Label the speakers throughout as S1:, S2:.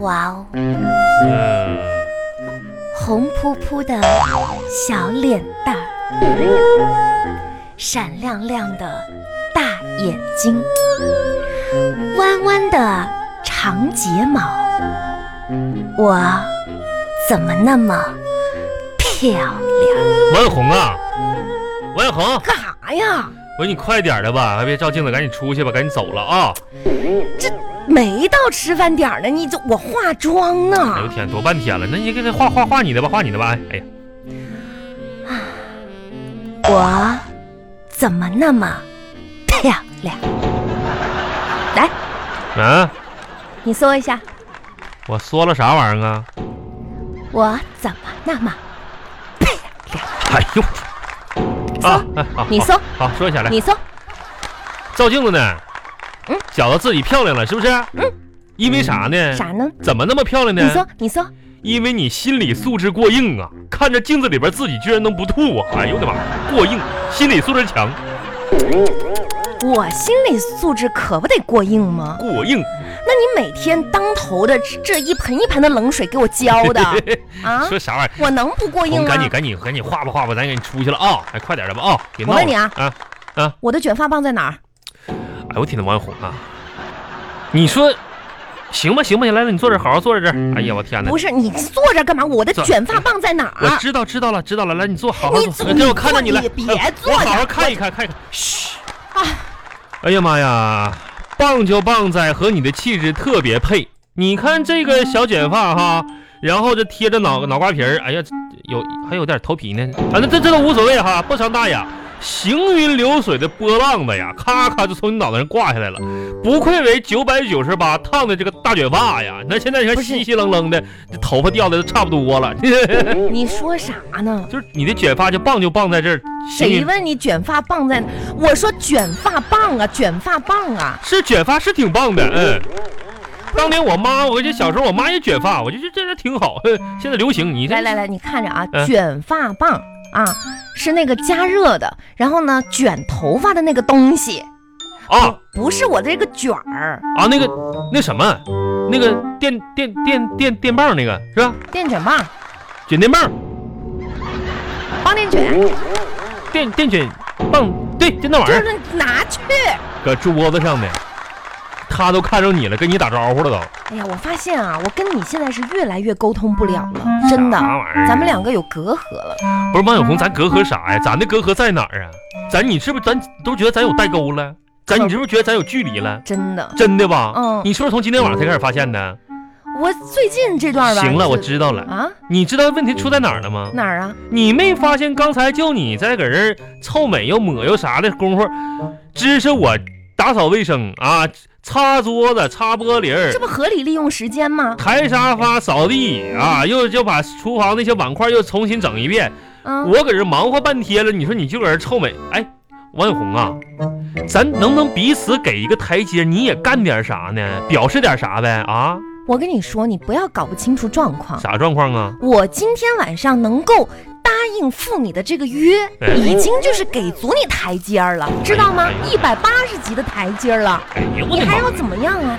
S1: 哇哦！红扑扑的小脸蛋儿，闪亮亮的大眼睛，弯弯的长睫毛，我怎么那么漂亮？
S2: 文红啊，文红，
S1: 干啥呀？
S2: 我说你快点儿的吧，还别照镜子，赶紧出去吧，赶紧走了啊！
S1: 没到吃饭点儿呢，你这我化妆
S2: 哎呦
S1: 呢。
S2: 天，多半天了，那你给他画画画你的吧，画你的吧。哎呀，
S1: 我怎么那么漂亮？来，
S2: 啊，
S1: 你搜一下，
S2: 我说了啥玩意儿啊？
S1: 我怎么那么……
S2: 哎呦，啊，哎好，
S1: 你
S2: 好
S1: 搜，
S2: 好说一下来，
S1: 你搜，
S2: 照镜子呢，
S1: 嗯
S2: 觉得自己漂亮了是不是？嗯，因为啥呢？
S1: 啥呢？
S2: 怎么那么漂亮呢？
S1: 你搜，你搜，
S2: 因为你心理素质过硬啊！看着镜子里边自己居然能不吐啊！哎呦我的妈，过硬，心理素质强，
S1: 我心理素质可不得过硬吗？
S2: 过硬。
S1: 那你每天当头的这这一盆一盆的冷水给我 浇的啊，
S2: 说啥玩意儿？
S1: 我能不过
S2: 我
S1: 硬啊
S2: 们赶紧
S1: 吗？
S2: 赶紧赶紧画吧画吧，咱赶紧出去了啊！哎，快点的吧啊！别闹
S1: 我
S2: 了
S1: 问你啊
S2: 啊！
S1: 我的卷发棒在哪儿？
S2: 哎我天呐，王小红啊，你说行吧行吧，行来了，你坐这儿好好坐在这儿。哎呀，我天呐！
S1: 不是你坐着干嘛？我的
S2: 坐
S1: 卷发棒在哪
S2: 我
S1: 儿？
S2: 知道知道了知道了，来你坐，好好
S1: 你
S2: 坐。哎
S1: 坐
S2: 这我看着
S1: 你
S2: 你了，
S1: 坐你
S2: 哎
S1: 别坐
S2: 我好好
S1: 着
S2: 看一看看一看。嘘哎呀妈呀，棒就棒在和你的气质特别配。你看这个小卷发哈，然后这贴着脑脑瓜皮儿，哎呀，有还有点头皮呢。啊，那这这都无所谓哈，不伤大雅。行云流水的波浪子呀，咔咔就从你脑袋上挂下来了。不愧为九百九十八烫的这个大卷发呀，那现在你
S1: 不
S2: 看
S1: 是
S2: 稀稀楞楞的，这头发掉的都差不多了。
S1: 你说啥呢？
S2: 就是你的卷发就棒就棒在这儿，
S1: 谁问你卷发棒在哪？我说卷发棒啊，卷发棒啊！
S2: 是卷发是挺棒的，嗯。当年我妈，我这小时候我妈也卷发，我就觉得这这挺好。哼现在流行，你这
S1: 来来来，你看着啊，
S2: 哎嗯
S1: 卷发棒啊，是那个加热的，然后呢，卷头发的那个东西，
S2: 啊
S1: 不是我这个卷儿，
S2: 啊那个那什么，那个电电电电电棒那个是吧？
S1: 电卷棒，
S2: 卷电棒，
S1: 棒电卷，
S2: 哦电电卷棒，对，就那玩
S1: 就
S2: 意儿，
S1: 是拿去。
S2: 搁桌子上的，他都看着你了，跟你打招呼了都。
S1: 哎呀，我发现啊，我跟你现在是越来越沟通不了了，真的
S2: 嗯啥，玩意儿？
S1: 咱们两个有隔阂了。
S2: 不是王小红，咱隔阂啥呀？咱的隔阂在哪儿啊？咱你是不是咱都觉得咱有代沟了？咱你是不是觉得咱有距离了？
S1: 真的，
S2: 真的吧？
S1: 嗯
S2: 你是不是从今天晚上才开始发现的？
S1: 我最近这段吧，
S2: 行了，
S1: 就
S2: 我知道了。
S1: 啊，
S2: 你知道问题出在哪儿了吗？
S1: 哪儿啊？
S2: 你没发现刚才就你在搁这儿臭美又抹又啥的功夫，支是我打扫卫生啊，擦桌子、擦玻璃儿
S1: 这，不合理利用时间吗？
S2: 抬沙发、扫地啊，又就把厨房那些碗筷又重新整一遍。
S1: 啊，
S2: 我搁这忙活半天了，你说你就搁这臭美，哎，王小红啊，咱能不能彼此给一个台阶？你也干点啥呢？表示点啥呗？啊，
S1: 我跟你说，你不要搞不清楚状况。
S2: 啥状况啊？
S1: 我今天晚上能够答应赴你的这个约，
S2: 哎
S1: 已经就是给足你台阶儿了，知道吗
S2: 哎呀？哎
S1: 一百八十级的台阶儿了，
S2: 哎呦我
S1: 你
S2: 的
S1: 还
S2: 妈！
S1: 要怎么样啊？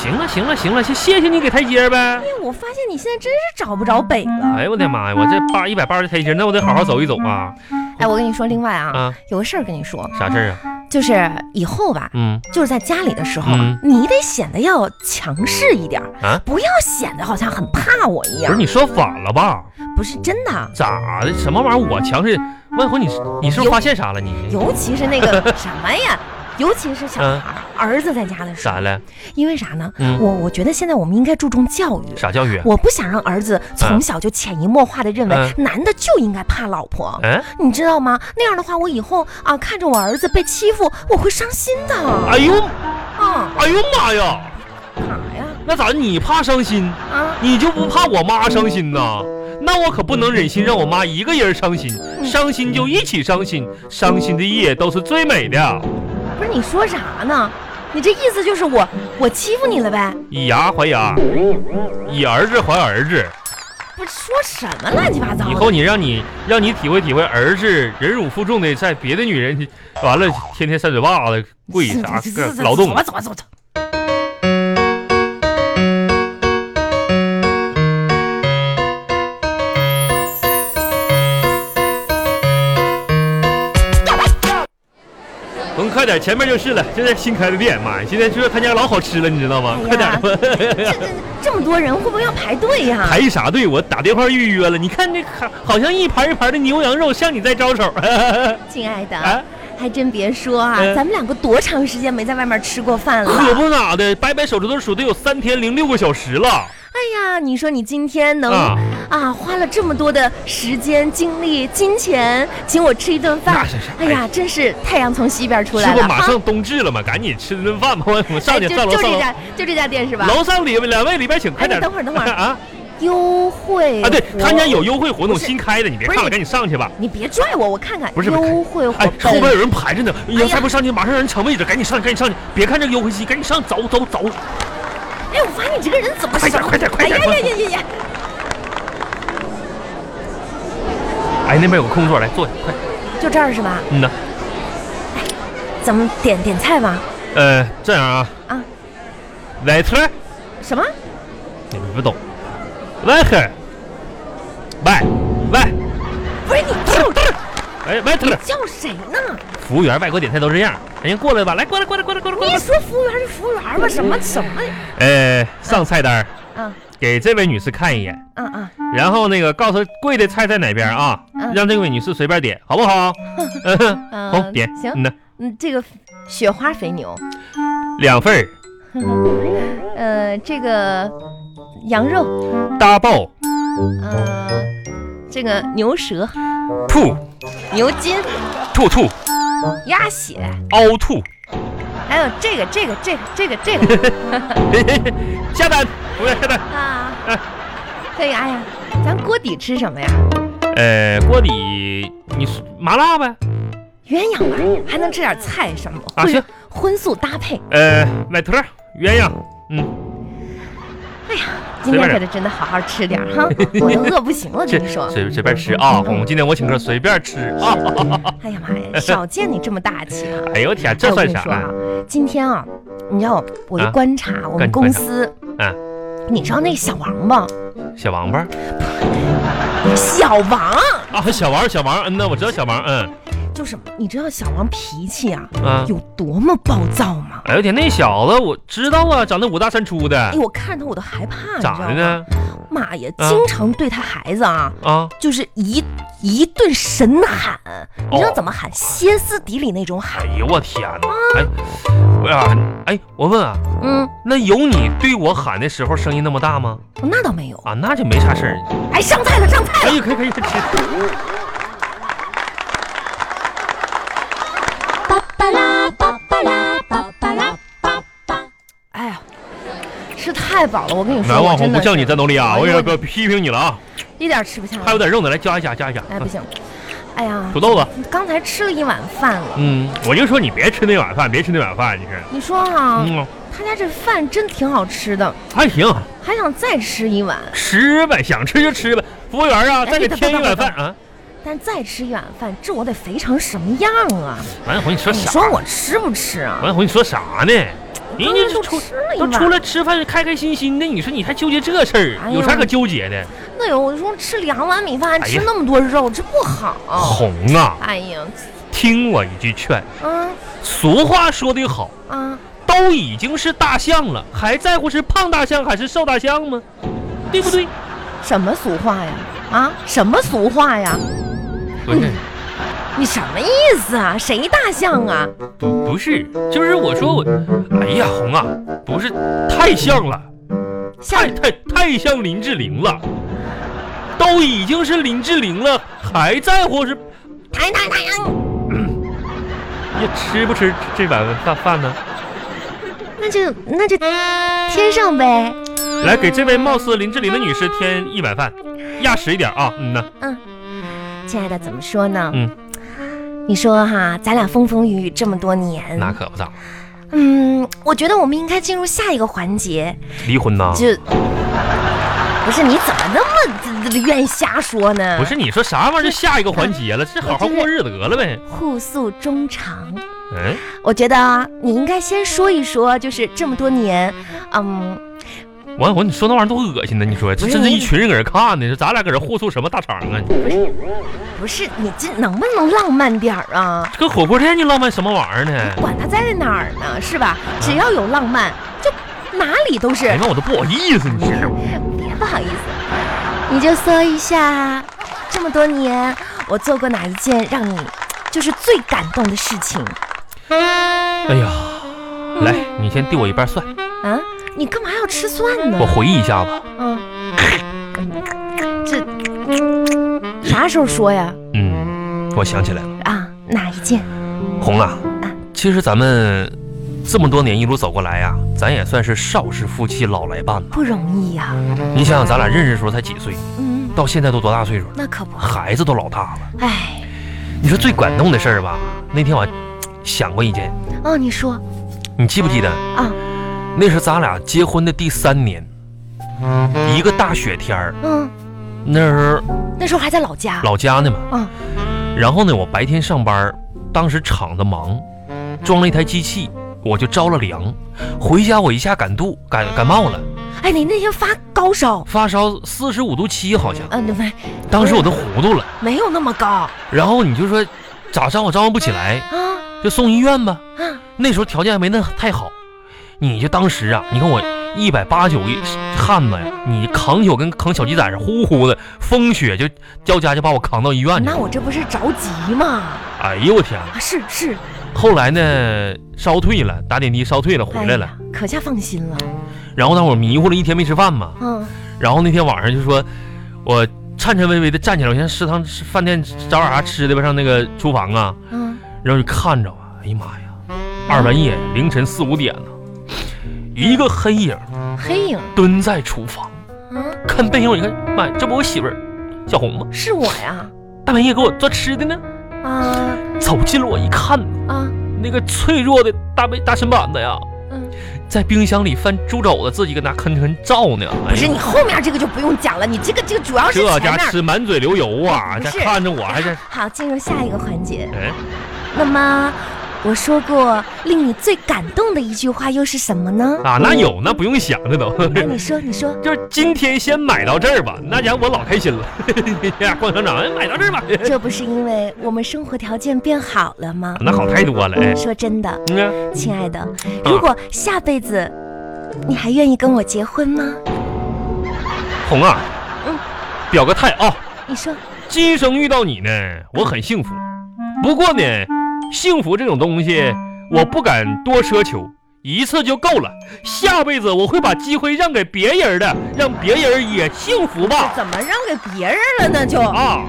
S2: 行了行了行了，谢谢谢你给台阶儿呗。
S1: 哎，我发现你现在真是找不着北了。
S2: 哎呦我的妈呀，我这八一百八十台阶，那我得好好走一走啊
S1: 哎，我跟你说，另外啊，
S2: 啊！
S1: 有个事儿跟你说，
S2: 啥事儿啊？
S1: 就是以后吧，
S2: 嗯，
S1: 就是在家里的时候，
S2: 嗯
S1: 你得显得要强势一点儿
S2: 啊
S1: 不要显得好像很怕我一
S2: 不
S1: 样
S2: 是。你说反了吧？
S1: 不是真的，啊
S2: 咋的？什么玩意儿？我强势？万红，你你是不是
S1: 有
S2: 发现啥了？你
S1: 尤其是 那个什么呀，尤其是小
S2: 嗯
S1: 孩儿、儿子在家的时候
S2: 咋，了？
S1: 因为啥呢？
S2: 嗯
S1: 我我觉得现在我们应该注重教育，
S2: 啥教育？啊
S1: 我不想让儿子从小就潜移默化的认为
S2: 嗯
S1: 男的就应该怕老婆，
S2: 嗯、
S1: 你知道吗？那样的话，我以后啊看着我儿子被欺负，我会伤心的。
S2: 哎呦
S1: 啊，
S2: 哎呦妈呀！
S1: 干啥呀？
S2: 那咋的？你怕伤心，
S1: 啊，
S2: 你就不怕我妈伤心呐？那我可不能忍心让我妈一个人伤心，
S1: 嗯
S2: 伤心就一起伤心，伤心的夜都是最美的。
S1: 不是你说啥呢？你这意思就是我我欺负你了呗？
S2: 以牙还牙，以儿子还儿子。
S1: 不是说什么乱七八糟
S2: 以
S1: 的
S2: 后？你让你让你体会体会儿子忍辱负重的，在别的女人完了天天扇嘴巴子、跪啥
S1: 走
S2: 各
S1: 走走
S2: 劳动
S1: 走。吧走吧走吧。
S2: 们快点，前面就是了，现在新开的店，妈呀，现在就是他家老好吃了，你知道吗？
S1: 哎呀
S2: 快点吧，
S1: 这这这么多人，会不会要排队呀、
S2: 排啥队？我打电话预约了，你看这好，好像一盘一盘的牛羊肉向你在 招手。
S1: 亲爱的，
S2: 啊，
S1: 还真别说啊，
S2: 嗯
S1: 咱们两个多长时间没在外面吃过饭了？
S2: 可不咋的，掰掰手指头数得有三天零六个小时了
S1: 哎呀，你说你今天能啊
S2: 啊！
S1: 花了这么多的时间、精力、金钱，请我吃一顿
S2: 那
S1: 饭
S2: 是啥，
S1: 哎呀，真是太阳从西边出
S2: 是
S1: 来
S2: 不
S1: 了。？
S2: 马
S1: 哈
S2: 上冬至了嘛，赶紧吃顿饭吧，我我上去
S1: 哎就
S2: 上楼
S1: 就
S2: 上
S1: 这
S2: 楼。
S1: 家，就这家店是吧？
S2: 楼上里两位里边请，快
S1: 哎
S2: 点！
S1: 你等会儿等会儿
S2: 啊
S1: 优惠
S2: 啊！对
S1: 活，
S2: 他家有优惠活动，
S1: 哎不是
S2: 新开的，你别
S1: 不是
S2: 看了，
S1: 你
S2: 赶紧上去吧。
S1: 你别拽我，我看看。
S2: 不是不是
S1: 优惠活
S2: 哎，后
S1: 动
S2: 边有人排着呢，哎呀
S1: 哎呀
S2: 再不上去马上让人抢位置，赶紧上去，赶紧上去！别看这个优惠期，赶紧上，走走走！
S1: 哎，我发现你这个人怎么
S2: 快点
S1: 少
S2: 快点快点
S1: 哎呀呀呀呀呀！
S2: 哎，那边有个空座，来坐下，快！
S1: 就这儿是吧？
S2: 嗯呐，
S1: 咱们点点菜吧。
S2: 呃，这样啊，
S1: 啊，
S2: 来车，
S1: 什么？
S2: 你们不懂，来车，喂喂，
S1: 不是你叫
S2: 哎，外车，
S1: 叫谁 呢？
S2: 服务员，外国点菜都这样，人家过来吧，来过来过来过来过来过
S1: 你
S2: 来
S1: 一，说服务员就服务员吧，什么什么？
S2: 呃，上菜单儿
S1: 啊
S2: 给这位女士看一眼。
S1: 啊啊！
S2: 然后那个告诉他贵的菜在哪边啊，
S1: 嗯
S2: 让这位女士随便点，好不 好？嗯，
S1: 嗯
S2: 好点，
S1: 行
S2: 嗯呐，
S1: 嗯，这个雪花肥牛，
S2: 两份儿
S1: 呃，这个羊肉，
S2: 大爆
S1: 呃，这个牛舌、
S2: 吐
S1: 牛筋、
S2: 吐吐
S1: 鸭血，
S2: 凹吐，
S1: 还有这个这个这个这个这个
S2: 下单，服务员下单。
S1: 啊，可以。哎呀，咱锅底吃什么呀？
S2: 呃，锅底你是麻辣呗？
S1: 鸳鸯吧，还能吃点菜什么？
S2: 啊
S1: 荤
S2: 行，
S1: 荤素搭配。
S2: 呃，外特鸳鸯，嗯，
S1: 今天可得真的好好吃点儿 哈，我都饿不行了，
S2: 这
S1: 跟你说。
S2: 随随便吃啊，
S1: 嗯
S2: 我们今天我请客，随便吃啊。
S1: 哎呀妈呀，少见你这么大气啊！
S2: 哎呦我天，
S1: 哎
S2: 这
S1: 我
S2: 算
S1: 跟你
S2: 啥
S1: 说啊
S2: 啊？？
S1: 今天啊，你知道我就
S2: 啊
S1: 观察我们
S2: 观
S1: 公司，
S2: 啊
S1: 你知道那小王八，
S2: 小王八
S1: 小王
S2: 啊，小王小王，嗯呐，我知道小王，嗯
S1: 就是你知道小王脾气啊
S2: 啊。
S1: 有多么暴躁吗？
S2: 哎呦天，那小子我知道啊，长得五大三粗的
S1: 哎，，我看着我都害怕，你知道
S2: 咋的
S1: 吗？
S2: 呢？
S1: 妈呀，
S2: 啊
S1: 经常对他孩子啊，
S2: 啊，
S1: 就是一一顿神喊，你知道
S2: 哦
S1: 怎么喊？歇斯底里那种喊
S2: 哎。呦我天
S1: 啊
S2: 哪！哎，我呀，哎，我问啊，
S1: 嗯，
S2: 那有你对我喊的时候声音那么大吗？
S1: 那倒没有。
S2: 啊，那就没啥事儿。
S1: 哎，上菜了，上菜
S2: 哎
S1: 了。
S2: 呀，可以可 以，可以吃。
S3: 巴巴拉巴巴拉巴巴拉巴巴。
S1: 哎呀，吃太饱了，我跟你说，
S2: 男
S1: 我
S2: 网红
S1: 真
S2: 不
S1: 的
S2: 像你
S1: 是
S2: 战斗力啊！
S1: 哎呦
S2: 我也不批评你了啊，
S1: 一点吃不下
S2: 还
S1: 了。
S2: 有点肉呢，来加一下，加一下。
S1: 哎，不 行，哎呀，
S2: 土豆子，
S1: 刚才吃了一碗饭了。
S2: 嗯，我就说你别吃那碗饭，别吃那碗饭，你是。
S1: 你说哈、
S2: 嗯，
S1: 他家这饭真挺好吃的，
S2: 还行，
S1: 还想再吃一碗，
S2: 吃呗，想吃就吃呗。服务员
S1: 哎
S2: 啊，再给添一碗饭啊！
S1: 但再吃一碗饭，这我得肥成什么样啊？
S2: 王小红，你说
S1: 你
S2: 啥？
S1: 说我吃不吃啊？
S2: 王小红，你说啥呢？人
S1: 刚才
S2: 家
S1: 都
S2: 就出
S1: 吃了一
S2: 都出
S1: 碗，
S2: 来吃饭，开开心心的，你说你还纠结这事儿，
S1: 哎呦
S2: 有啥可纠结的？
S1: 那有我说吃两碗米饭，
S2: 哎呀
S1: 吃那么多肉，这不好。
S2: 红啊，
S1: 哎呀，
S2: 听我一句劝，
S1: 嗯
S2: 俗话说得好，
S1: 啊，
S2: 都已经是大象了，还在乎是胖大象还是瘦大象吗？对不对？
S1: 什么俗话呀？啊，什么俗话呀？哎
S2: 不是，
S1: 你什么意思啊？谁大象啊？
S2: 不不是，就是我说我，哎呀，红啊，不是太像了，
S1: 像
S2: 太太太像林志玲了，都已经是林志玲了，还在乎是
S1: 哎哎哎哎，
S2: 也吃不吃这碗饭饭呢？
S1: 那就那就添上呗。
S2: 来，给这位貌似林志玲的女士添一碗饭，压实一点啊。嗯呐，
S1: 亲爱的，怎么说呢？
S2: 嗯，
S1: 你说哈，咱俩风风雨雨这么多年，
S2: 那可不咋，
S1: 嗯，我觉得我们应该进入下一个环节，
S2: 离婚呐？
S1: 就不是你怎么那么愿意瞎说呢？
S2: 不是，你说啥玩意儿？就下一个环节了，这好好过日子得了呗。
S1: 互诉衷肠。
S2: 嗯，
S1: 我觉得啊，你应该先说一说，就是这么多年，嗯，
S2: 完我你说那玩意儿多恶心呢！你说这
S1: 不是
S2: 真是
S1: 我
S2: 一群人搁这看呢，这咱俩搁这互诉什么大肠啊？你
S1: 不是你这能不能浪漫点儿啊？
S2: 这跟火锅店你浪漫什么玩意儿呢？
S1: 管它在哪儿呢，是吧？只要有浪漫，就哪里都是
S2: 你。哎看我都不好意思，你这
S1: 别不好意思，你就说一下，这么多年我做过哪一件让你就是最感动的事情
S2: 哎呀，来你先递我一瓣蒜，
S1: 啊？你干嘛要吃蒜呢
S2: 我？回忆一下吧。
S1: 嗯，这啥时候说呀？
S2: 嗯，我想起来了，
S1: 啊，哪一件？
S2: 红啊，其实咱们这么多年一路走过来呀、咱也算是少时夫妻老来伴吧。
S1: 不容易呀、啊
S2: 你想想，咱俩认识的时候才几岁，
S1: 嗯，
S2: 到现在都多大岁数了？
S1: 那可不，
S2: 孩子都老大了。
S1: 哎，
S2: 你说最感动的事儿吧，那天我还想过一件，
S1: 哦，你说
S2: 你记不记得？
S1: 啊，
S2: 那是咱俩结婚的第三年，一个大雪天儿，
S1: 嗯，
S2: 那时候
S1: 那时候还在老家，
S2: 老家呢嘛。
S1: 嗯
S2: 然后呢，我白天上班儿，当时厂子忙，装了一台机器，我就着了凉。回家我一下感度感感冒了，
S1: 哎，你那天发高烧，
S2: 发烧四十五度七好像，
S1: 啊，没
S2: 当时我都糊涂了。
S1: 没有那么高啊
S2: 然后你就说咋着我张望不起来，
S1: 啊
S2: 就送医院吧。那时候条件还没那太好，你就当时啊，你看我一百八九一汉子呀，你扛起我跟扛小鸡仔似的，呼呼的风雪就交加就把我扛到医院去
S1: 那
S2: 了。
S1: 我这不是着急吗？
S2: 哎呦我天！
S1: 啊，是是，
S2: 后来呢，烧退了，打点滴烧退了，回来
S1: 哎
S2: 了。
S1: 呀，可下放心了。
S2: 然后那会儿迷糊了一天没吃饭嘛，
S1: 嗯，
S2: 然后那天晚上就说，我颤颤巍巍的站起来，我先食堂吃饭店找点啥吃的吧，上那个厨房啊，
S1: 嗯，
S2: 然后就看着啊，哎呀妈呀，二半夜凌晨四五点呢，一个黑影
S1: 黑影，
S2: 蹲在厨房。
S1: 嗯，
S2: 看背影，我一看，妈呀，这不我媳妇儿小红吗？
S1: 是我呀，
S2: 大半夜给我做吃的呢。
S1: 啊
S2: 走近了我一看，
S1: 啊，
S2: 那个脆弱的大背大身板子呀，
S1: 嗯，
S2: 在冰箱里翻猪肘子，自己搁那吭吭照呢。
S1: 不是
S2: 哎呀
S1: 你后面这个就不用讲了，你这个这个主要是
S2: 这
S1: 前
S2: 家
S1: 面。
S2: 吃满嘴流油啊，
S1: 不
S2: 这
S1: 是
S2: 看着我还是
S1: 好，进入下一个环节。
S2: 哎，
S1: 那么我说过令你最感动的一句话又是什么呢？
S2: 啊，那有那不用想的都。
S1: 哎，你说，你说，
S2: 就是今天先买到这儿吧，那家伙我老开心了。 呀，逛商场，哎，买到这儿吧，
S1: 这不是因为我们生活条件变好了吗？
S2: 那好太多了。哎，
S1: 说真的，
S2: 嗯啊
S1: 亲爱的，如果下辈子你还愿意跟我结婚吗？
S2: 红啊，
S1: 嗯
S2: 表个态啊、
S1: 你说，
S2: 今生遇到你呢，我很幸福。不过呢，幸福这种东西，我不敢多奢求，一次就够了。下辈子我会把机会让给别人的，让别人也幸福吧。
S1: 怎么让给别人了呢？就
S2: 啊，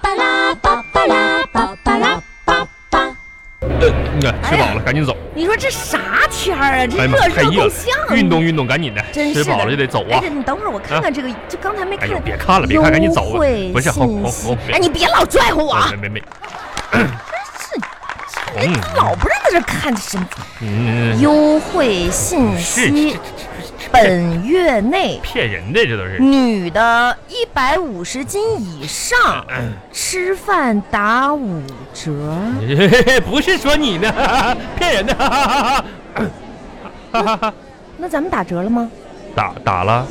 S3: 巴拉巴巴拉巴巴拉巴巴。
S2: 呃，你看吃饱了赶紧走，
S1: 你说这啥天儿啊？这
S2: 哎呀
S1: 热
S2: 妈太
S1: 热
S2: 热
S1: 够
S2: 了
S1: 呛。
S2: 运动运动，赶紧的，
S1: 真是
S2: 吃
S1: 的
S2: 饱了就得走
S1: 哎
S2: 啊，。
S1: 你等会儿我看看这个，就刚才没
S2: 哎
S1: 看
S2: 呦，。别看了，别看，赶紧走
S1: 优
S2: 吧
S1: 惠。
S2: 不是，红红
S1: 信息
S2: 红，
S1: 哎，你别老拽乎我啊！
S2: 没没没，
S1: 是，
S2: 红，
S1: 老不让在这看这什么
S2: 嗯，
S1: 优惠信
S2: 是是
S1: 息，本月内。
S2: 骗人的，这都是。
S1: 女的，一百五十斤以上，
S2: 嗯
S1: 吃饭打五折。
S2: 不是 说你呢，骗人的。 哈哈哈哈
S1: 那咱们打折了吗？
S2: 打打了，